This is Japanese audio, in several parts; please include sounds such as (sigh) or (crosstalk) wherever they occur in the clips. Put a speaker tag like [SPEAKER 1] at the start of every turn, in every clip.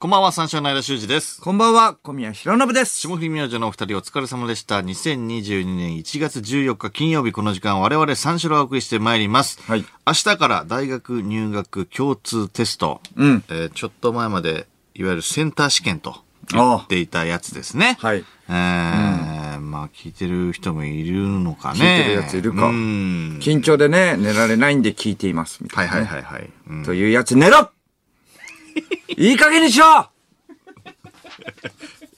[SPEAKER 1] こんばんは、三章の間修二です。
[SPEAKER 2] こんばんは、小宮弘信です。
[SPEAKER 1] 霜降り明星のお二人お疲れ様でした。2022年1月14日金曜日この時間我々三章をお送りしてまいります。
[SPEAKER 2] はい
[SPEAKER 1] 明日から大学入学共通テスト。
[SPEAKER 2] うん。
[SPEAKER 1] えーちょっと前まで、いわゆるセンター試験と言
[SPEAKER 2] ああ
[SPEAKER 1] っていたやつですね。
[SPEAKER 2] はい。
[SPEAKER 1] えーまあ聞いてる人もいるのかね。
[SPEAKER 2] 聞いてるやついるか
[SPEAKER 1] うん。
[SPEAKER 2] 緊張でね、寝られないんで聞いています。みた
[SPEAKER 1] はい
[SPEAKER 2] いな、
[SPEAKER 1] はいはいはい。うん
[SPEAKER 2] というやつ、寝ろ (laughs) いい加減にしろ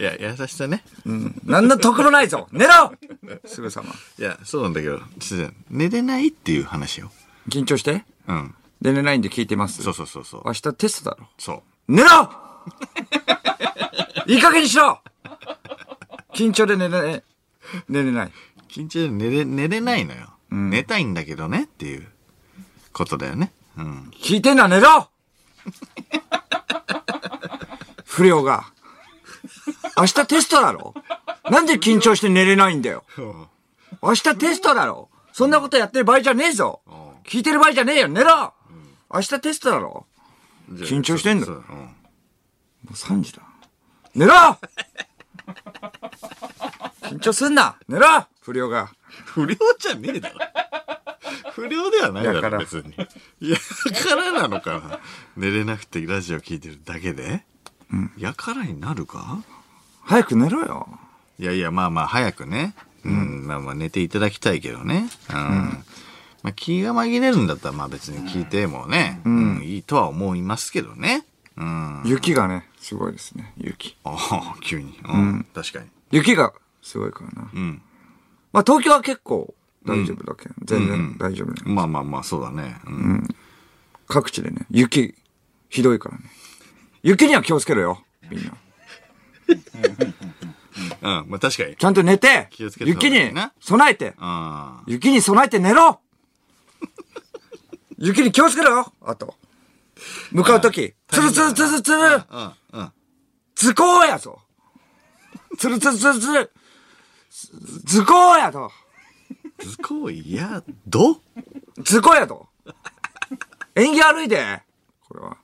[SPEAKER 1] いや、優しさね。
[SPEAKER 2] なんの得もないぞ寝ろすぐさま。
[SPEAKER 1] いや、そうなんだけど、ちょっと寝れないっていう話よ。
[SPEAKER 2] 緊張して
[SPEAKER 1] うん。
[SPEAKER 2] で、寝ないんで聞いてます。
[SPEAKER 1] そうそうそうそう。
[SPEAKER 2] 明日テストだろ。
[SPEAKER 1] そう。
[SPEAKER 2] 寝ろ (laughs) いい加減にしろ緊張で寝れない。寝れない。
[SPEAKER 1] 緊張で寝れ、寝れないのよ。寝たいんだけどねっていうことだよね。うん。
[SPEAKER 2] 聞いてんだ、寝ろ不良が。明日テストだろなんで緊張して寝れないんだよ。明日テストだろそんなことやってる場合じゃねえぞ聞いてる場合じゃねえよ寝ろ明日テストだろ緊張してんの
[SPEAKER 1] そうそううん
[SPEAKER 2] もう3時だ。寝ろ緊張すんな寝ろ不良が。
[SPEAKER 1] 不良じゃねえだろ。 (laughs) 不良ではないだ
[SPEAKER 2] やか
[SPEAKER 1] ろ、
[SPEAKER 2] ら
[SPEAKER 1] 別に。いやからなのかな。寝れなくてラジオ聞いてるだけで、やからになるか
[SPEAKER 2] 早く寝ろよ。
[SPEAKER 1] いやいや、まあまあ、早くね。うん、まあまあ、寝ていただきたいけどね。うん。まあ、気が紛れるんだったら、まあ別に聞いてもね、うん、いいとは思いますけどね。うん。
[SPEAKER 2] 雪がね、すごいですね。雪。
[SPEAKER 1] ああ、急に。うん。確かに。
[SPEAKER 2] 雪がすごいからな。
[SPEAKER 1] うん。
[SPEAKER 2] まあ東京は結構大丈夫だけど、全然大丈夫ね。
[SPEAKER 1] まあまあまあ、そうだね。うん。
[SPEAKER 2] 各地でね、雪、ひどいからね。雪には気をつけろよ、みんな。
[SPEAKER 1] うん、まあ確かに。
[SPEAKER 2] ちゃんと寝て、
[SPEAKER 1] 気をつけた方がい
[SPEAKER 2] 雪
[SPEAKER 1] い
[SPEAKER 2] に
[SPEAKER 1] な
[SPEAKER 2] 備えて、
[SPEAKER 1] ああ。
[SPEAKER 2] 雪に備えて寝ろ (laughs) 雪に気をつけろよ、あと。向かうとき、つるつるつるつる、
[SPEAKER 1] うん、うん。
[SPEAKER 2] 図工やぞつるつるつるつる、図工やぞ
[SPEAKER 1] 図工やど
[SPEAKER 2] 図工やぞ縁起悪いで、これは。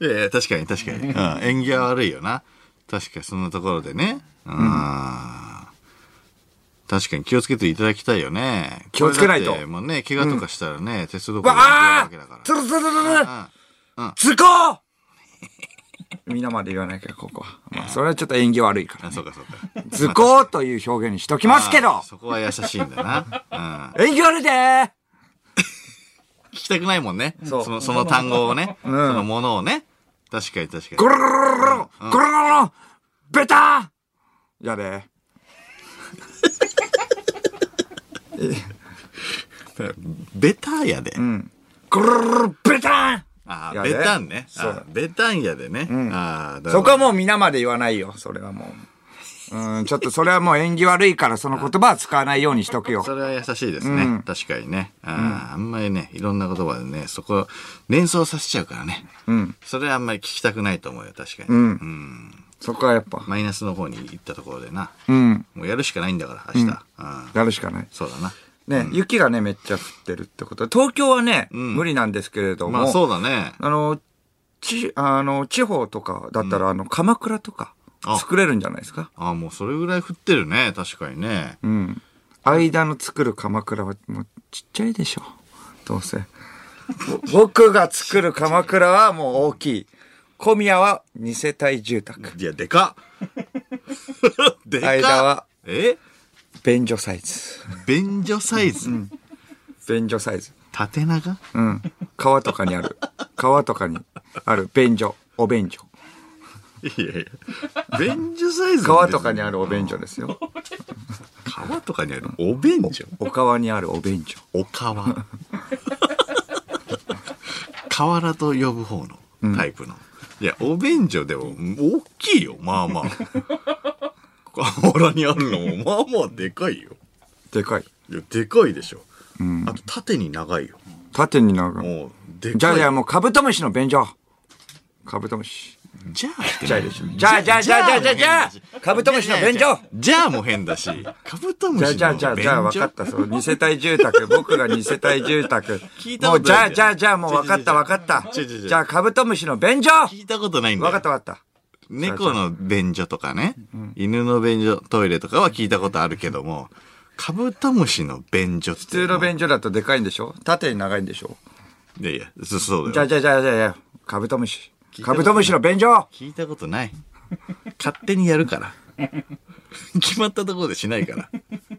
[SPEAKER 1] いやいや、確かに確 (laughs) かに。うん、縁起は悪いよな。確かにそんなところでね。うん。確かに気をつけていただきたいよね。
[SPEAKER 2] 気をつけないと
[SPEAKER 1] これだってもうね、怪我とかしたらね、鉄道どころ
[SPEAKER 2] わ
[SPEAKER 1] か
[SPEAKER 2] あ
[SPEAKER 1] けだから。
[SPEAKER 2] つるつるつる
[SPEAKER 1] うんうん
[SPEAKER 2] 図工皆まで言わなきゃ、ここは。まあ、それはちょっと縁起悪いから
[SPEAKER 1] あ、。そうかそうか。
[SPEAKER 2] 図工という表現にしときますけ
[SPEAKER 1] あ
[SPEAKER 2] ど
[SPEAKER 1] ーそこは優しいんだな。
[SPEAKER 2] 営業でー
[SPEAKER 1] うん。聞きたくないもんね。
[SPEAKER 2] そ
[SPEAKER 1] そうの、その単語をね。そのものをね。確かに確かに。
[SPEAKER 2] ゴロゴロゴロゴロゴロゴロベターやで
[SPEAKER 1] ベターやで。
[SPEAKER 2] ゴロゴロゴロベタ
[SPEAKER 1] ああ、
[SPEAKER 2] や
[SPEAKER 1] ベ
[SPEAKER 2] で
[SPEAKER 1] タンね。
[SPEAKER 2] そう
[SPEAKER 1] あーベタンやでね。ああ、だ
[SPEAKER 2] ー
[SPEAKER 1] から
[SPEAKER 2] そこはもう皆まで言わないよ、それはもう。うん、ちょっとそれはもう縁起悪いからその言葉は使わないようにしとくよ。
[SPEAKER 1] それは優しいですね。確かにね。あーあんまりね、いろんな言葉でね、そこ、連想させちゃうからね。
[SPEAKER 2] うん。
[SPEAKER 1] それはあんまり聞きたくないと思うよ、確かに。
[SPEAKER 2] うん。そこはやっぱ。
[SPEAKER 1] マイナスの方に行ったところでな。
[SPEAKER 2] うん。
[SPEAKER 1] もうやるしかないんだから、明日。うん
[SPEAKER 2] やるしかない。
[SPEAKER 1] そうだな。
[SPEAKER 2] ね、雪がね、めっちゃ降ってるってことで東京はね、無理なんですけれども。
[SPEAKER 1] まあそうだね。
[SPEAKER 2] あの、ち、あの、地方とかだったら、あの、鎌倉とか
[SPEAKER 1] あ、
[SPEAKER 2] 作れるんじゃないですか
[SPEAKER 1] ああ、もうそれぐらい降ってるね、確かにね。
[SPEAKER 2] うん。間の作る鎌倉は、もう、ちっちゃいでしょ。どうせ。 (laughs) ぼ僕が作る鎌倉はもう大きい。小宮は二世帯住宅。
[SPEAKER 1] いや、でかっ (laughs) でかっ
[SPEAKER 2] (laughs) 間は
[SPEAKER 1] え
[SPEAKER 2] 便所サイズ。
[SPEAKER 1] 便所サイズ、
[SPEAKER 2] 便所サイズ。
[SPEAKER 1] 縦長
[SPEAKER 2] うん。川とかにある。川とかにある便所。お便所。
[SPEAKER 1] いやいや。便所サイズ
[SPEAKER 2] 川とかにあるお便所ですよ。
[SPEAKER 1] 川とかにあるお便所
[SPEAKER 2] お川にあるお便所。
[SPEAKER 1] お川 (laughs) 河原と呼ぶ方のタイプの、いやお便所でも大きいよまあまあ河原にあるのもまあまあでかいよ
[SPEAKER 2] でかい。
[SPEAKER 1] いやでかいでしょ、あと縦に長いよ
[SPEAKER 2] 縦に長い。
[SPEAKER 1] もうでかい
[SPEAKER 2] じゃあじゃあもうカブトムシの便所。カブトムシ。
[SPEAKER 1] じゃあってね
[SPEAKER 2] じゃあでしょじゃあじゃあじゃあじゃあじゃあじゃあカブトムシの便所
[SPEAKER 1] じゃあも変だし、カブトムシ
[SPEAKER 2] じ
[SPEAKER 1] の
[SPEAKER 2] ゃあ
[SPEAKER 1] 便所。
[SPEAKER 2] じゃあじゃあじゃあ分かった。そう。二世帯
[SPEAKER 1] (laughs)
[SPEAKER 2] 住宅。僕ら二世帯住宅。
[SPEAKER 1] 聞いた
[SPEAKER 2] も
[SPEAKER 1] こ
[SPEAKER 2] う
[SPEAKER 1] と
[SPEAKER 2] じ
[SPEAKER 1] な
[SPEAKER 2] ゃ
[SPEAKER 1] い
[SPEAKER 2] あ
[SPEAKER 1] じ
[SPEAKER 2] じ
[SPEAKER 1] ゃ
[SPEAKER 2] ゃ
[SPEAKER 1] ん
[SPEAKER 2] あじゃあもう分かった分かった。
[SPEAKER 1] 違う違う違う
[SPEAKER 2] じゃあカブトムシの便所
[SPEAKER 1] 聞いたことないんだよ。
[SPEAKER 2] 分かった分かった。
[SPEAKER 1] 猫の便所とかね、犬の便所、トイレとかは聞いたことあるけども、カブトムシの便所って。
[SPEAKER 2] 普通の便所だとでかいんでしょ縦に長いんでしょ
[SPEAKER 1] いやいや、そそうだよ。
[SPEAKER 2] じゃあじゃあじゃあじゃあじゃあカブトムシ
[SPEAKER 1] い。たことない
[SPEAKER 2] カブトムシの便所
[SPEAKER 1] 聞いたことない。勝手にやるから。 (laughs) 決まったところでしないから。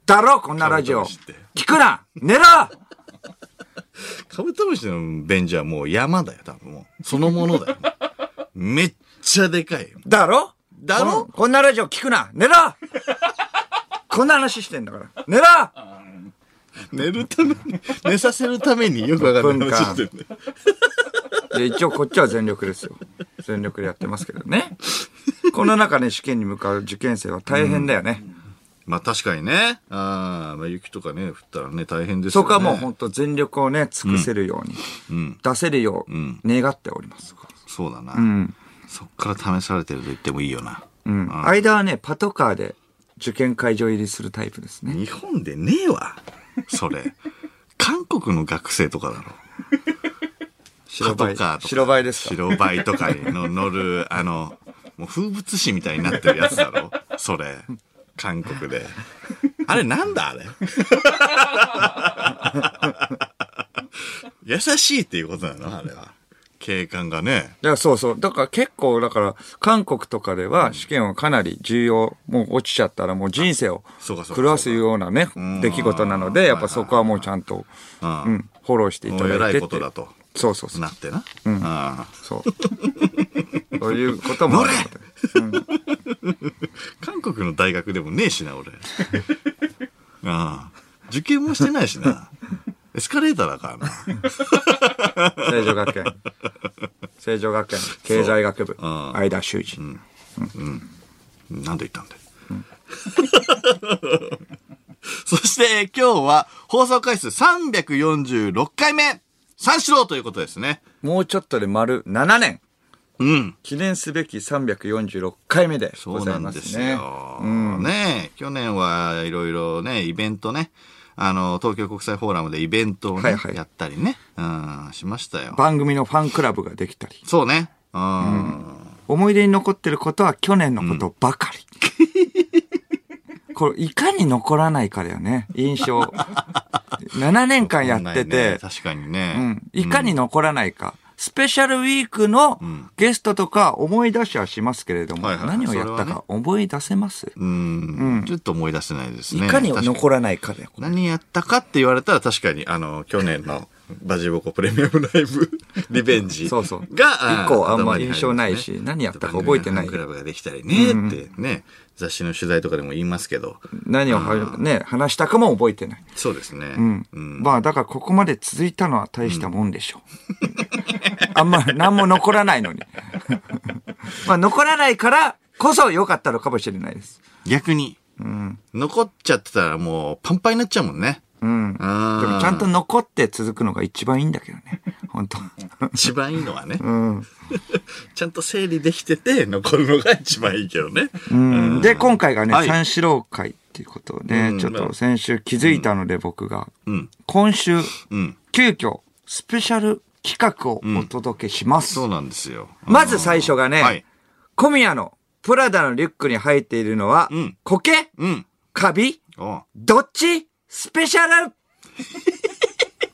[SPEAKER 2] だろこんなラジオ。
[SPEAKER 1] カブトムシって
[SPEAKER 2] 聞くな寝ろ
[SPEAKER 1] カブトムシの便所はもう山だよ、多分もう。そのものだよ。めっちゃでかいよ。
[SPEAKER 2] だろ
[SPEAKER 1] だろ
[SPEAKER 2] こんこんなラジオ聞くな寝ろ (laughs) こんな話してんだから。寝ろ
[SPEAKER 1] 寝るために、寝させるためによくわかんない話して
[SPEAKER 2] (laughs)
[SPEAKER 1] るんだよ
[SPEAKER 2] で一応こっちは全力ですよ。全力でやってますけど (laughs) ね。この中ね、試験に向かう受験生は大変だよね。
[SPEAKER 1] まあ確かにね。あーまあ雪とかね、降ったらね、大変ですよね。
[SPEAKER 2] そこはもう本当全力をね、尽くせるように、出せるよう願っております。
[SPEAKER 1] そうだな、そっから試されてると言ってもいいよな、
[SPEAKER 2] うん間はね、パトカーで受験会場入りするタイプですね。
[SPEAKER 1] 日本でねえわそれ韓国の学生とかだろパ
[SPEAKER 2] 白バ
[SPEAKER 1] ト
[SPEAKER 2] イ
[SPEAKER 1] カーとか。
[SPEAKER 2] 白バイですか
[SPEAKER 1] 白バイとかにの乗
[SPEAKER 2] (laughs)
[SPEAKER 1] るあのもう風物詩みたいになってるやつだろそれ韓国であれなんだあ
[SPEAKER 2] (laughs)
[SPEAKER 1] れ優しいっていうことなのあれは警官がね
[SPEAKER 2] いや、そうそう。だから結構、だから、韓国とかでは試験はかなり重要。もう落ちちゃったらもう人生を
[SPEAKER 1] そうかそうか
[SPEAKER 2] 狂わすようなね、出来事なので、やっぱそこはもうちゃんと、
[SPEAKER 1] う
[SPEAKER 2] うんん、フォローしてい
[SPEAKER 1] も
[SPEAKER 2] た
[SPEAKER 1] う
[SPEAKER 2] だいてっ
[SPEAKER 1] 偉
[SPEAKER 2] て。
[SPEAKER 1] いことだと
[SPEAKER 2] そうそうそう。
[SPEAKER 1] なってな、うん、ああ
[SPEAKER 2] (laughs) そう。そういうこともあるので。
[SPEAKER 1] 韓国の大学でもねえしな、俺。 (laughs) ああ。受験もしてないしな。エスカレーターだからな。
[SPEAKER 2] 成城学園。成城学園経済学部。相田修二。
[SPEAKER 1] なんで言ったんだよ。 (laughs) そして今日は放送回数346回目三四郎ということですね。
[SPEAKER 2] もうちょっとで丸7年。
[SPEAKER 1] うん。
[SPEAKER 2] 記念すべき346回目で
[SPEAKER 1] そ
[SPEAKER 2] ご
[SPEAKER 1] う
[SPEAKER 2] ざ
[SPEAKER 1] ないん
[SPEAKER 2] ま
[SPEAKER 1] です
[SPEAKER 2] す
[SPEAKER 1] よ。
[SPEAKER 2] ね。
[SPEAKER 1] ねえ去年はいろいろね、イベントね。あの、東京国際フォーラムでイベントをね、
[SPEAKER 2] はいはい
[SPEAKER 1] やったりね。うん、しましたよ。
[SPEAKER 2] 番組のファンクラブができたり。
[SPEAKER 1] そうね。うん
[SPEAKER 2] 思い出に残ってることは去年のことばかり。これ、いかに残らないかだよね、印象。7年間やって
[SPEAKER 1] ない
[SPEAKER 2] て
[SPEAKER 1] ね、確かにね。
[SPEAKER 2] うん、いかに残らないか。スペシャルウィークのゲストとか思い出しはしますけれども、
[SPEAKER 1] はいはいはい
[SPEAKER 2] 何をやったか思い出せます、
[SPEAKER 1] うんちょっと思い出せないです
[SPEAKER 2] い
[SPEAKER 1] ね。
[SPEAKER 2] かに
[SPEAKER 1] 確
[SPEAKER 2] 残らないかだよ。
[SPEAKER 1] 何やったかって言われたら確かに、あの、去年のバジボコプレミアムライブ (laughs) リベンジ。
[SPEAKER 2] そうそう
[SPEAKER 1] が、
[SPEAKER 2] 以降あんま
[SPEAKER 1] 頭に入りす
[SPEAKER 2] 印象ないし何やったか覚えてない
[SPEAKER 1] ファンクラブができたりねってね、雑誌の取材とかでも言いますけど、
[SPEAKER 2] 何をは、ね、話したかも覚えてない。
[SPEAKER 1] そうですね。
[SPEAKER 2] うん。まあ、だからここまで続いたのは大したもんでしょう。 (laughs) あんま何も残らないのに。 (laughs) まあ、残らないからこそ良かったのかもしれないです。
[SPEAKER 1] 逆に、残っちゃってたらもうパンパンになっちゃうもんね。
[SPEAKER 2] うん。で
[SPEAKER 1] あー
[SPEAKER 2] もちゃんと残って続くのが一番いいんだけど
[SPEAKER 1] (laughs)
[SPEAKER 2] ね。本当
[SPEAKER 1] 一番いいのはね、
[SPEAKER 2] うん。
[SPEAKER 1] (laughs) ちゃんと整理できてて残るのが一番いいけどね。
[SPEAKER 2] うん。で、今回がね、
[SPEAKER 1] はい
[SPEAKER 2] 三四郎会っていうことで、
[SPEAKER 1] うん
[SPEAKER 2] ちょっと先週気づいたので僕が、
[SPEAKER 1] うん。
[SPEAKER 2] 今週、
[SPEAKER 1] うん。
[SPEAKER 2] 急遽、スペシャル企画をお届けします。
[SPEAKER 1] そうなんですよ。
[SPEAKER 2] まず最初がね、
[SPEAKER 1] はい
[SPEAKER 2] 小宮のプラダのリュックに入っているのは、
[SPEAKER 1] うん
[SPEAKER 2] 苔
[SPEAKER 1] うん。
[SPEAKER 2] カビ
[SPEAKER 1] おう
[SPEAKER 2] どっちスペシャル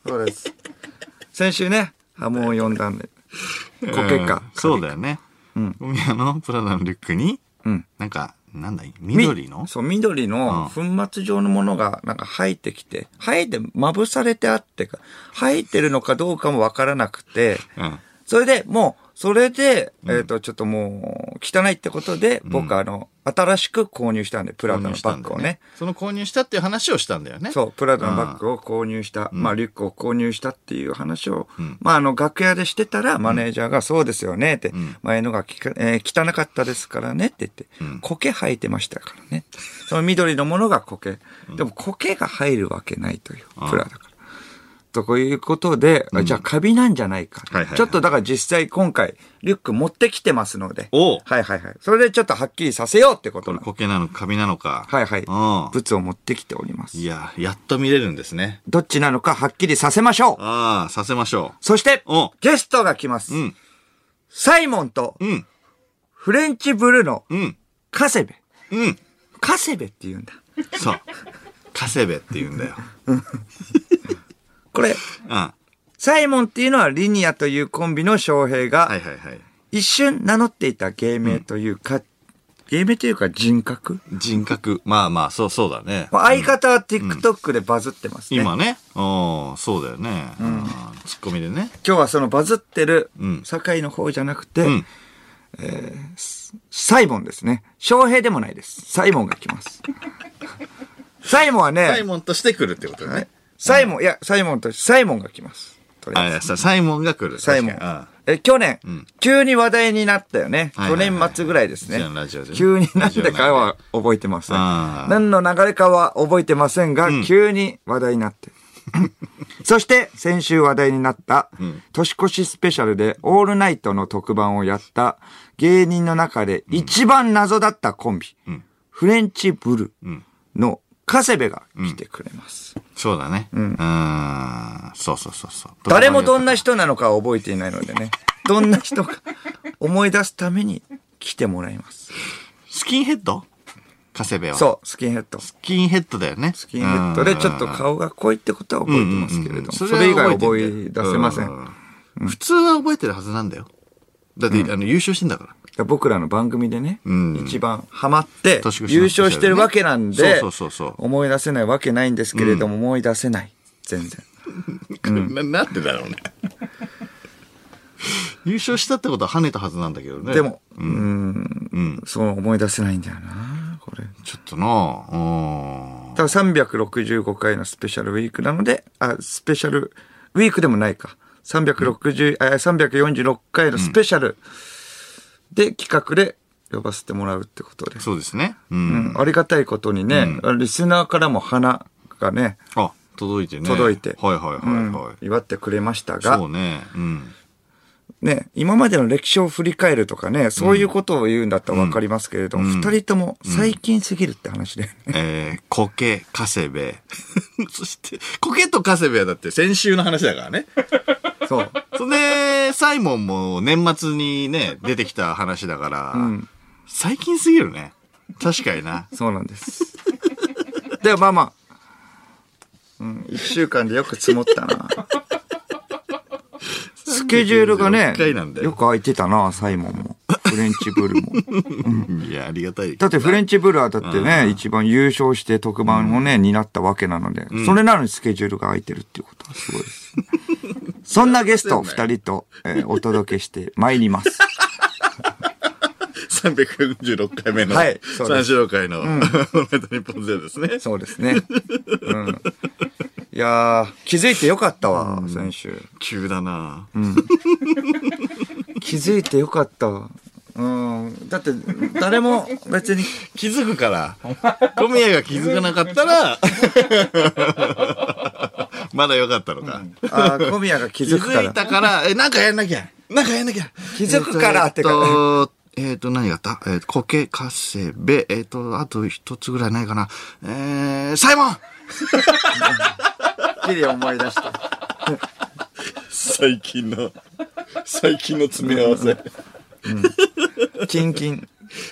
[SPEAKER 2] そうです。先週ね、波紋を呼んだんで。苔か
[SPEAKER 1] うん。そうだよね。小宮のプラダのリュックに、
[SPEAKER 2] うん
[SPEAKER 1] なんか、なんだい緑の
[SPEAKER 2] みそう、緑の粉末状のものがなんか生えてきて、生えて、まぶされてあってか、生えてるのかどうかもわからなくて、
[SPEAKER 1] うん。
[SPEAKER 2] それで、もう、それで、えっ、と、ちょっともう、汚いってことで、僕あの、新しく購入したんで、プラダのバッグをね。
[SPEAKER 1] その購入したっていう話をしたんだよね。
[SPEAKER 2] そう、プラダのバッグを購入した、まあ、リュックを購入したっていう話を、まあ、あの、楽屋でしてたら、マネージャーが、そうですよね、って、前のがきか、えー汚かったですからね、って言って、苔生えてましたからね。その緑のものが苔。でも、苔が入るわけないという、プラダから。とこういうことで、じゃあカビなんじゃないか、
[SPEAKER 1] はいはいはい
[SPEAKER 2] ちょっとだから実際今回、リュック持ってきてますので。
[SPEAKER 1] おう
[SPEAKER 2] はいはいはい。それでちょっとはっきりさせようってこ
[SPEAKER 1] こ
[SPEAKER 2] と
[SPEAKER 1] れ
[SPEAKER 2] なの。
[SPEAKER 1] 苔なのかカビなのか。
[SPEAKER 2] はいはい
[SPEAKER 1] うん。
[SPEAKER 2] 物を持ってきております
[SPEAKER 1] い。や、やっと見れるんですね。
[SPEAKER 2] どっちなのかはっきりさせましょう。
[SPEAKER 1] ああ、させましょ
[SPEAKER 2] そして
[SPEAKER 1] お、
[SPEAKER 2] ゲストが来ます。
[SPEAKER 1] ん
[SPEAKER 2] サイモンと
[SPEAKER 1] う。うん、
[SPEAKER 2] フレンチブルーの
[SPEAKER 1] うん、
[SPEAKER 2] カセベ。
[SPEAKER 1] うん。
[SPEAKER 2] カセベって言うんだ。
[SPEAKER 1] そう。カセベって言うんだよ。
[SPEAKER 2] これ、
[SPEAKER 1] うん。は
[SPEAKER 2] サイモンっていうのはリニアというコンビの翔平
[SPEAKER 1] いは
[SPEAKER 2] が
[SPEAKER 1] いはい。
[SPEAKER 2] 一瞬名乗っていた芸名というか、芸名というか人格
[SPEAKER 1] 人格。まあまあ、そうそうだね。
[SPEAKER 2] 相方は TikTok でバズってますね。
[SPEAKER 1] 今ね。うん、そうだよね。うん。ツッコミでね。
[SPEAKER 2] 今日はそのバズってる
[SPEAKER 1] うん
[SPEAKER 2] 堺の方じゃなくて、
[SPEAKER 1] うん。
[SPEAKER 2] サイモンですね。翔平でもないです。サイモンが来ます。サイモンはね、
[SPEAKER 1] サイモンとして来るってことだね。
[SPEAKER 2] サイモン、いや、サイモンと、サイモンが来ます。とりあえ
[SPEAKER 1] あ
[SPEAKER 2] ず
[SPEAKER 1] いやさサイモンが来る。
[SPEAKER 2] サイモン
[SPEAKER 1] 確か。
[SPEAKER 2] え、去年、急に話題になったよね。
[SPEAKER 1] はいはい
[SPEAKER 2] 去
[SPEAKER 1] はい
[SPEAKER 2] 年末ぐらいですね
[SPEAKER 1] そうラジオで。ね
[SPEAKER 2] 急になんでかは覚えてません。
[SPEAKER 1] あー
[SPEAKER 2] 何の流れかは覚えてませんが、急に話題になって。 (laughs) そして、先週話題になった、年越しスペシャルでオールナイトの特番をやった芸人の中で一番謎だったコンビ、フレンチブルーのカセベが来てくれます。
[SPEAKER 1] にそうだね。うん。そうそうそうそう。
[SPEAKER 2] 誰もどん
[SPEAKER 1] な。
[SPEAKER 2] な人なのか覚えていないので
[SPEAKER 1] (laughs)
[SPEAKER 2] ね。どんな人か思い出すために来てもらいます。
[SPEAKER 1] スキンヘッドカセベは。う。
[SPEAKER 2] そう、スキンヘッド。ス
[SPEAKER 1] スキンヘッドだよね。ス
[SPEAKER 2] キンヘッドでちょっと顔が濃いってことは覚えてますけれども、それ以外覚え出せません。だか
[SPEAKER 1] ん。普通は覚えてるはずなんだよ。だって、あの、優勝してんだから。
[SPEAKER 2] ら僕らの番組でね、
[SPEAKER 1] ん
[SPEAKER 2] 一番ハマって
[SPEAKER 1] 年越しの
[SPEAKER 2] 優勝してるわけなんで、
[SPEAKER 1] そうそうそうそう
[SPEAKER 2] 思い出せないわけないんですけれども、思い出せない。全然。
[SPEAKER 1] ななんでだろうね。 (laughs) 優勝したってことは跳ねたはずなんだけどね。
[SPEAKER 2] で。も、うーん、そう思い出せないんだよな、これ。
[SPEAKER 1] ちょっとなぁ。うん
[SPEAKER 2] 多分365回のスペシャルウィークなので、あ、スペシャルウィークでもないか。360、あ346回のスペシャルで企画で呼ばせてもらうってことです。
[SPEAKER 1] そうですね。う。
[SPEAKER 2] うんんありがたいことにね、リスナーからも花がね、
[SPEAKER 1] あ、届いてね。
[SPEAKER 2] 届いて
[SPEAKER 1] はいはいはいはい。
[SPEAKER 2] 祝ってくれました
[SPEAKER 1] そう
[SPEAKER 2] が、
[SPEAKER 1] ね。うん。
[SPEAKER 2] ね、今までの歴史を振り返るとかね、そういうことを言うんだったらわかりますけれども、二、人とも最近すぎるって話で、
[SPEAKER 1] えー、苔、カセベ。 (laughs) そして、苔とカセベはだって先週の話だからね。
[SPEAKER 2] そう。
[SPEAKER 1] それで、サイモンも年末にね、出てきた話だから、最近すぎるね。確かにな。
[SPEAKER 2] そうなんです。で、まあまあ。うん、一週間でよく積もったな。 (laughs) スケジュールがね
[SPEAKER 1] 36回なん、だよ
[SPEAKER 2] よく空いてたな、サイモンも。フレンチブルも。
[SPEAKER 1] いや、ありがたい。
[SPEAKER 2] だってフレンチブルはだってね、一番優勝して特番をね、担ったわけなので、それなのにスケジュールが空いてるっていうことはすごいです。そんなゲスト二人と、えーお届けしてまいります。
[SPEAKER 1] 346回目の、
[SPEAKER 2] はいそうで
[SPEAKER 1] 三
[SPEAKER 2] す
[SPEAKER 1] 四郎会の、 (laughs) オールナイトニッポンゼロですね。
[SPEAKER 2] そうですね。うん。いやー、気づいてよかったわ、先週。
[SPEAKER 1] 急だな、
[SPEAKER 2] 気づいてよかったわうんだって誰も別に
[SPEAKER 1] 気づくから。小宮が気づかなかったら、 (laughs) まだよかったのか。
[SPEAKER 2] あー小宮が気
[SPEAKER 1] 気
[SPEAKER 2] づくか
[SPEAKER 1] づい
[SPEAKER 2] ら
[SPEAKER 1] たから、え、なんかやんなきゃなんかやんなきゃ
[SPEAKER 2] 気づくからって
[SPEAKER 1] え
[SPEAKER 2] か
[SPEAKER 1] ーと、えーと、何があったえーと、コケ、カセベ、えーと、あと一つぐらいないかな。えー、サイモン
[SPEAKER 2] っきり思い出した
[SPEAKER 1] 最近の、最近の詰め合わせ。
[SPEAKER 2] キンキン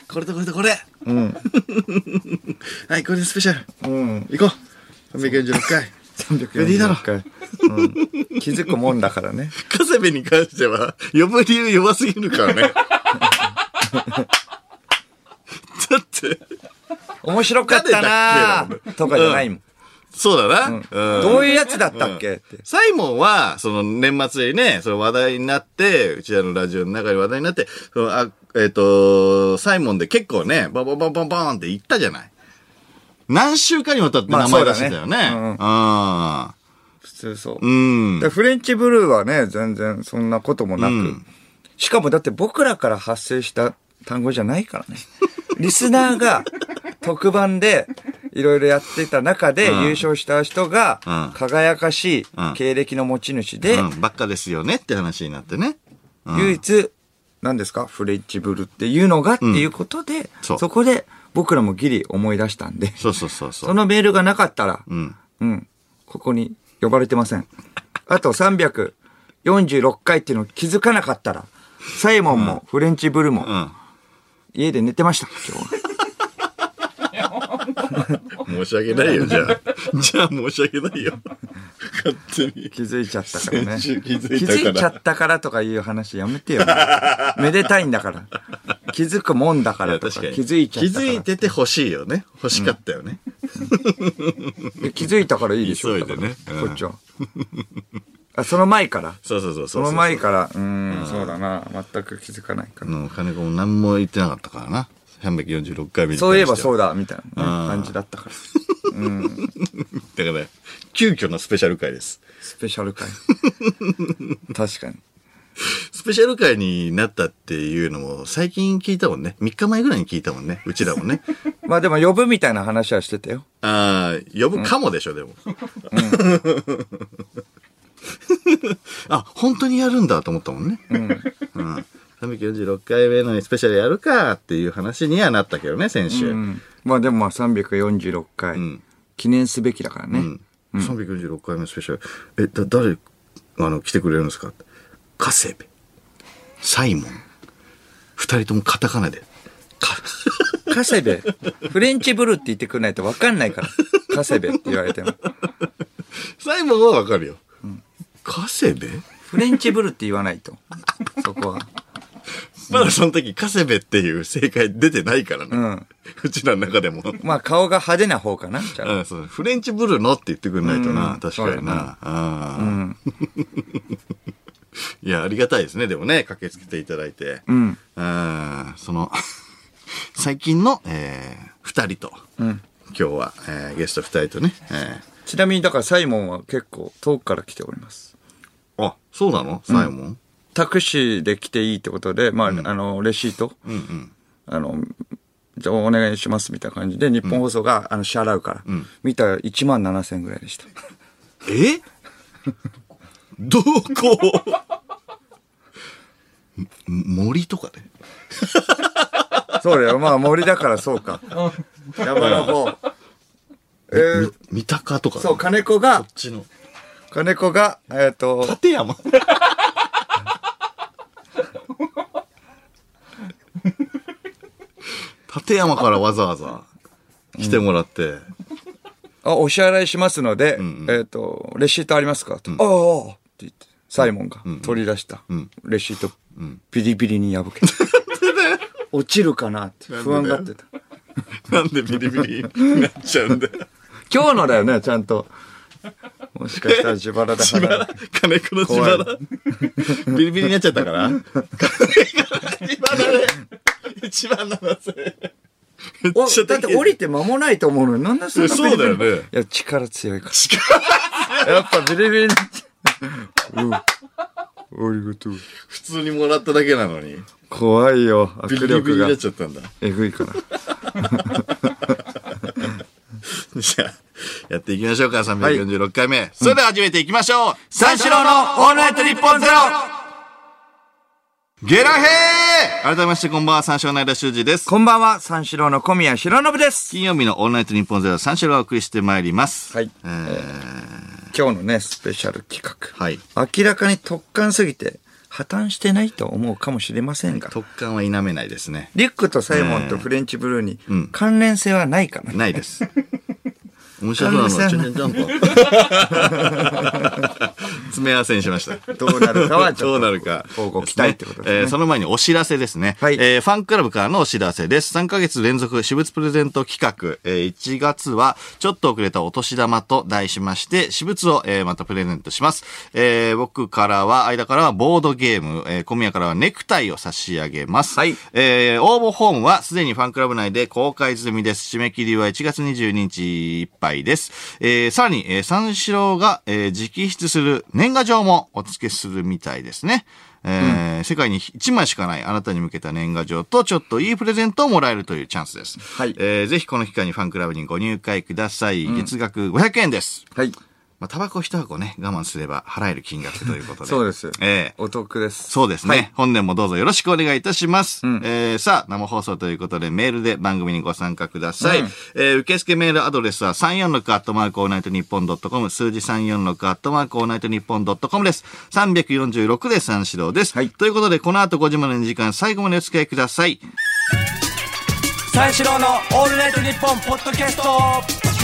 [SPEAKER 1] これとこれとこれ
[SPEAKER 2] うん
[SPEAKER 1] (laughs) はい、これでスペシャル。
[SPEAKER 2] うん
[SPEAKER 1] 行こう !346 回。いいだろ
[SPEAKER 2] 346回、うん、気づくもんだからね
[SPEAKER 1] カセベに関しては、呼ぶ理由弱すぎる (laughs) からね。だって、
[SPEAKER 2] 面白かったなーとかじゃないもん、
[SPEAKER 1] そうだな。うん
[SPEAKER 2] どういうやつだったっけって
[SPEAKER 1] サイモンは、その年末にね、その話題になって、うちらのラジオの中で話題になって、そのあえっ、と、サイモンで結構ね、ボンボンボンボンボンって言ったじゃない。何週間にわたって
[SPEAKER 2] ま
[SPEAKER 1] 名
[SPEAKER 2] あ
[SPEAKER 1] 前出してたよね。
[SPEAKER 2] そうだね普通そう、
[SPEAKER 1] うん。うん。
[SPEAKER 2] でフレンチブルーはね全然そんなこともなく、
[SPEAKER 1] うん
[SPEAKER 2] しかもだって僕らから発 (laughs) 生した単語じゃないからねリスナーが特番でいろいろやってた中で優勝した人が
[SPEAKER 1] うん、
[SPEAKER 2] 輝かしい
[SPEAKER 1] うん
[SPEAKER 2] 経歴の持ち主で、
[SPEAKER 1] うん、ばっかですよねって話になってね。うん
[SPEAKER 2] 唯一、何ですかフレッチブルっていうのがっていうことで、
[SPEAKER 1] そう
[SPEAKER 2] そこで僕らもギリ思い出したんで、
[SPEAKER 1] そうそうそうそ。
[SPEAKER 2] そうのメールがなかったら、
[SPEAKER 1] うん。
[SPEAKER 2] うん、ここに呼ばれてません。あと346回っていうのを気づかなかったら、サイモンもフレンチブルも
[SPEAKER 1] うん。
[SPEAKER 2] 家で寝てました、今日は。
[SPEAKER 1] 申し訳ないよ、じゃあ。 (laughs) じゃあ申し訳ないよ。勝手に。
[SPEAKER 2] 気づいちゃったからね。
[SPEAKER 1] 先 (laughs) 週気づいたから
[SPEAKER 2] 気づちゃったからとかいう話やめ
[SPEAKER 1] (laughs)
[SPEAKER 2] てよ。めでたいんだから。気づくもんだか
[SPEAKER 1] い
[SPEAKER 2] ら
[SPEAKER 1] や
[SPEAKER 2] と
[SPEAKER 1] 確
[SPEAKER 2] か。
[SPEAKER 1] かに
[SPEAKER 2] 気づいちゃったか
[SPEAKER 1] 気
[SPEAKER 2] ら。
[SPEAKER 1] づいてて欲しいよね。欲しかったよね。
[SPEAKER 2] え気づいたからいいでしょ。
[SPEAKER 1] 急いでね
[SPEAKER 2] だから
[SPEAKER 1] うん
[SPEAKER 2] こっちは。あ、その前から。
[SPEAKER 1] そうそうそうそ。
[SPEAKER 2] そうの前から、うーん、そうだな。全く気づかないから。
[SPEAKER 1] の金子も何も言ってなかったからな。346回目に対しては。。
[SPEAKER 2] そういえばそううだ、みたいなね
[SPEAKER 1] うん
[SPEAKER 2] 感じだったから。
[SPEAKER 1] だから、急遽のスペシャル回です。
[SPEAKER 2] スペシャル回。確かに。
[SPEAKER 1] スペシャル回になったっていうのも、最近聞いたもんね。3日前ぐらいに聞いたもんね。うちらも
[SPEAKER 2] (laughs)
[SPEAKER 1] ね。
[SPEAKER 2] まあでも呼ぶみたいな話はしてたよ。
[SPEAKER 1] ああ、呼ぶかもでしょ、でも。 (laughs) あ、本当にやるんだと思ったもんね。うん。346回目のスペシャルやるかっていう話にはなったけどね、先週。う。
[SPEAKER 2] うんん。まあでもまあ346回、
[SPEAKER 1] ん
[SPEAKER 2] 記念すべきだからね。
[SPEAKER 1] 346回目のスペシャル。え、だ、誰、あの、来てくれるんですかカセベ。サイモン。二人ともカタカナで。か
[SPEAKER 2] カセベ。フレンチブルーって言ってくれないと分かんないから。カセベって言われても。
[SPEAKER 1] (laughs) サイモンはわかるよ。カセベ
[SPEAKER 2] フレンチブルーって言わないと。そこは。
[SPEAKER 1] まだその時、カセベっていう正解出てないからね。
[SPEAKER 2] うん。
[SPEAKER 1] うちらの中で (laughs) も。
[SPEAKER 2] まあ顔が派手な方かな。じゃあ
[SPEAKER 1] うん、そう。フレンチブルノって言ってくんないとな。
[SPEAKER 2] うん
[SPEAKER 1] 確か
[SPEAKER 2] そう
[SPEAKER 1] に
[SPEAKER 2] だ
[SPEAKER 1] な
[SPEAKER 2] な。
[SPEAKER 1] あーいや、ありがたいですね。でもね、駆けつけていただいて。
[SPEAKER 2] うん。
[SPEAKER 1] うんその、 (laughs) 最近の、えー、二人と、今日は、えーゲスト二人とね、え
[SPEAKER 2] ちなみにだからサイモンは結構遠くから来ております。
[SPEAKER 1] ーあ、そうなのサイモン、
[SPEAKER 2] タクシーで来ていいってことで、まあ、あの、レシート。あの、じゃあお願いしますみたいな感じで、日本放送が、あの、支払うから。見たら1万7千ぐらいでした。
[SPEAKER 1] えどこ (laughs) ん森とかで、
[SPEAKER 2] そうだよ。まあ森だからそうか。山の (laughs) 方。えー、
[SPEAKER 1] み三鷹とか
[SPEAKER 2] そう、
[SPEAKER 1] こ
[SPEAKER 2] 金子が
[SPEAKER 1] っ、ちの。
[SPEAKER 2] 金子が、えっ、と、
[SPEAKER 1] 立山 (laughs) 立山からわざわざ来てもらって、
[SPEAKER 2] あ、お支払いしますので、えっ、と、レシートありますかと、ああああ、って言って、サイモンが取り出した、レシート、ビリビリに破け (laughs) た。落ちるかなって不安がってた。
[SPEAKER 1] なんでビリビリになっちゃうんだよ。
[SPEAKER 2] 今日のだよね、ちゃんと。もしかしたら自腹だか
[SPEAKER 1] 自腹
[SPEAKER 2] ら。
[SPEAKER 1] 金子の自腹ビリビリになっちゃったから金子の自腹で一番なのそれ。めっ
[SPEAKER 2] お
[SPEAKER 1] ちゃ高い
[SPEAKER 2] だって降りて間もないと思うのに、なんだそんなビリビリ
[SPEAKER 1] そうだよね
[SPEAKER 2] いや、力強いから。やっぱビリビリになっちゃう。うん。ありがとう。
[SPEAKER 1] 普通にもらっただけなのに、
[SPEAKER 2] 怖いよ、
[SPEAKER 1] ビリビ
[SPEAKER 2] 握
[SPEAKER 1] リ
[SPEAKER 2] 力
[SPEAKER 1] に
[SPEAKER 2] が
[SPEAKER 1] なっ。ちゃったんだ。
[SPEAKER 2] えぐいから。
[SPEAKER 1] じゃあ、やっていきましょうか、346回目。それでは始めていきましょう、
[SPEAKER 2] 三四郎のオールナイトニッポンゼロ
[SPEAKER 1] ゲラヘー改めましてこんばんは、三四郎の間修二です。
[SPEAKER 2] こんばんは、三四郎の小宮浩信です。
[SPEAKER 1] 金曜日のオールナイトニッポンゼロ三四郎をお送りしてまいります。
[SPEAKER 2] はい
[SPEAKER 1] えー
[SPEAKER 2] 今日のね、スペシャル企画。
[SPEAKER 1] はい
[SPEAKER 2] 明らかに突貫すぎて、破綻してないと思うかもしれませんが、
[SPEAKER 1] 特感は否めないですね。
[SPEAKER 2] リュックとサイモンとフレンチブルーに関連性はないからね。
[SPEAKER 1] ないです。面白そうなの、チ
[SPEAKER 2] 完
[SPEAKER 1] ュ
[SPEAKER 2] 全
[SPEAKER 1] ン
[SPEAKER 2] な
[SPEAKER 1] チュンジャンポン。 (laughs) 詰め合わせにしました。
[SPEAKER 2] (laughs) どうなるかはち
[SPEAKER 1] ど
[SPEAKER 2] ょ
[SPEAKER 1] う
[SPEAKER 2] っと。
[SPEAKER 1] なるか。
[SPEAKER 2] 乞うご期待ってことですね
[SPEAKER 1] えーその前にお知らせですね。
[SPEAKER 2] はい
[SPEAKER 1] えーファンクラブからのお知らせです。3ヶ月連続私物プレゼント企画。えー1月は、ちょっと遅れたお年玉と題しまして、私物を、えーまたプレゼントします。えー僕からは、間からはボードゲーム、えー小宮からはネクタイを差し上げます。
[SPEAKER 2] はい
[SPEAKER 1] えー応募フォームはすでにファンクラブ内で公開済みです。締め切りは1月22日いっぱいです。えーさらに、えー三四郎が、えー直筆する年賀状もお付けするみたいですね。ええー世界に1枚しかないあなたに向けた年賀状とちょっといいプレゼントをもらえるというチャンスです。
[SPEAKER 2] はい
[SPEAKER 1] えーぜひこの機会にファンクラブにご入会ください。月額500円です。
[SPEAKER 2] はい。
[SPEAKER 1] まあ、タバコ一箱ね、我慢すれば払える金額ということで。
[SPEAKER 2] (laughs) そうです
[SPEAKER 1] ええ
[SPEAKER 2] お得です。
[SPEAKER 1] そうですね、本年もどうぞよろしくお願いいたします。
[SPEAKER 2] ん
[SPEAKER 1] えーさあ、生放送ということでメールで番組にご参加ください。
[SPEAKER 2] うん
[SPEAKER 1] えー受付メールアドレスは346アットマークオールナイトニッポンドットコム、数字346アットマークオールナイトニッポンドットコムです。346で三四郎です。
[SPEAKER 2] はい
[SPEAKER 1] ということで、この後5時までの時間、最後までお付き合いください。
[SPEAKER 2] 三四郎のオールナイトニッポンポッドキャスト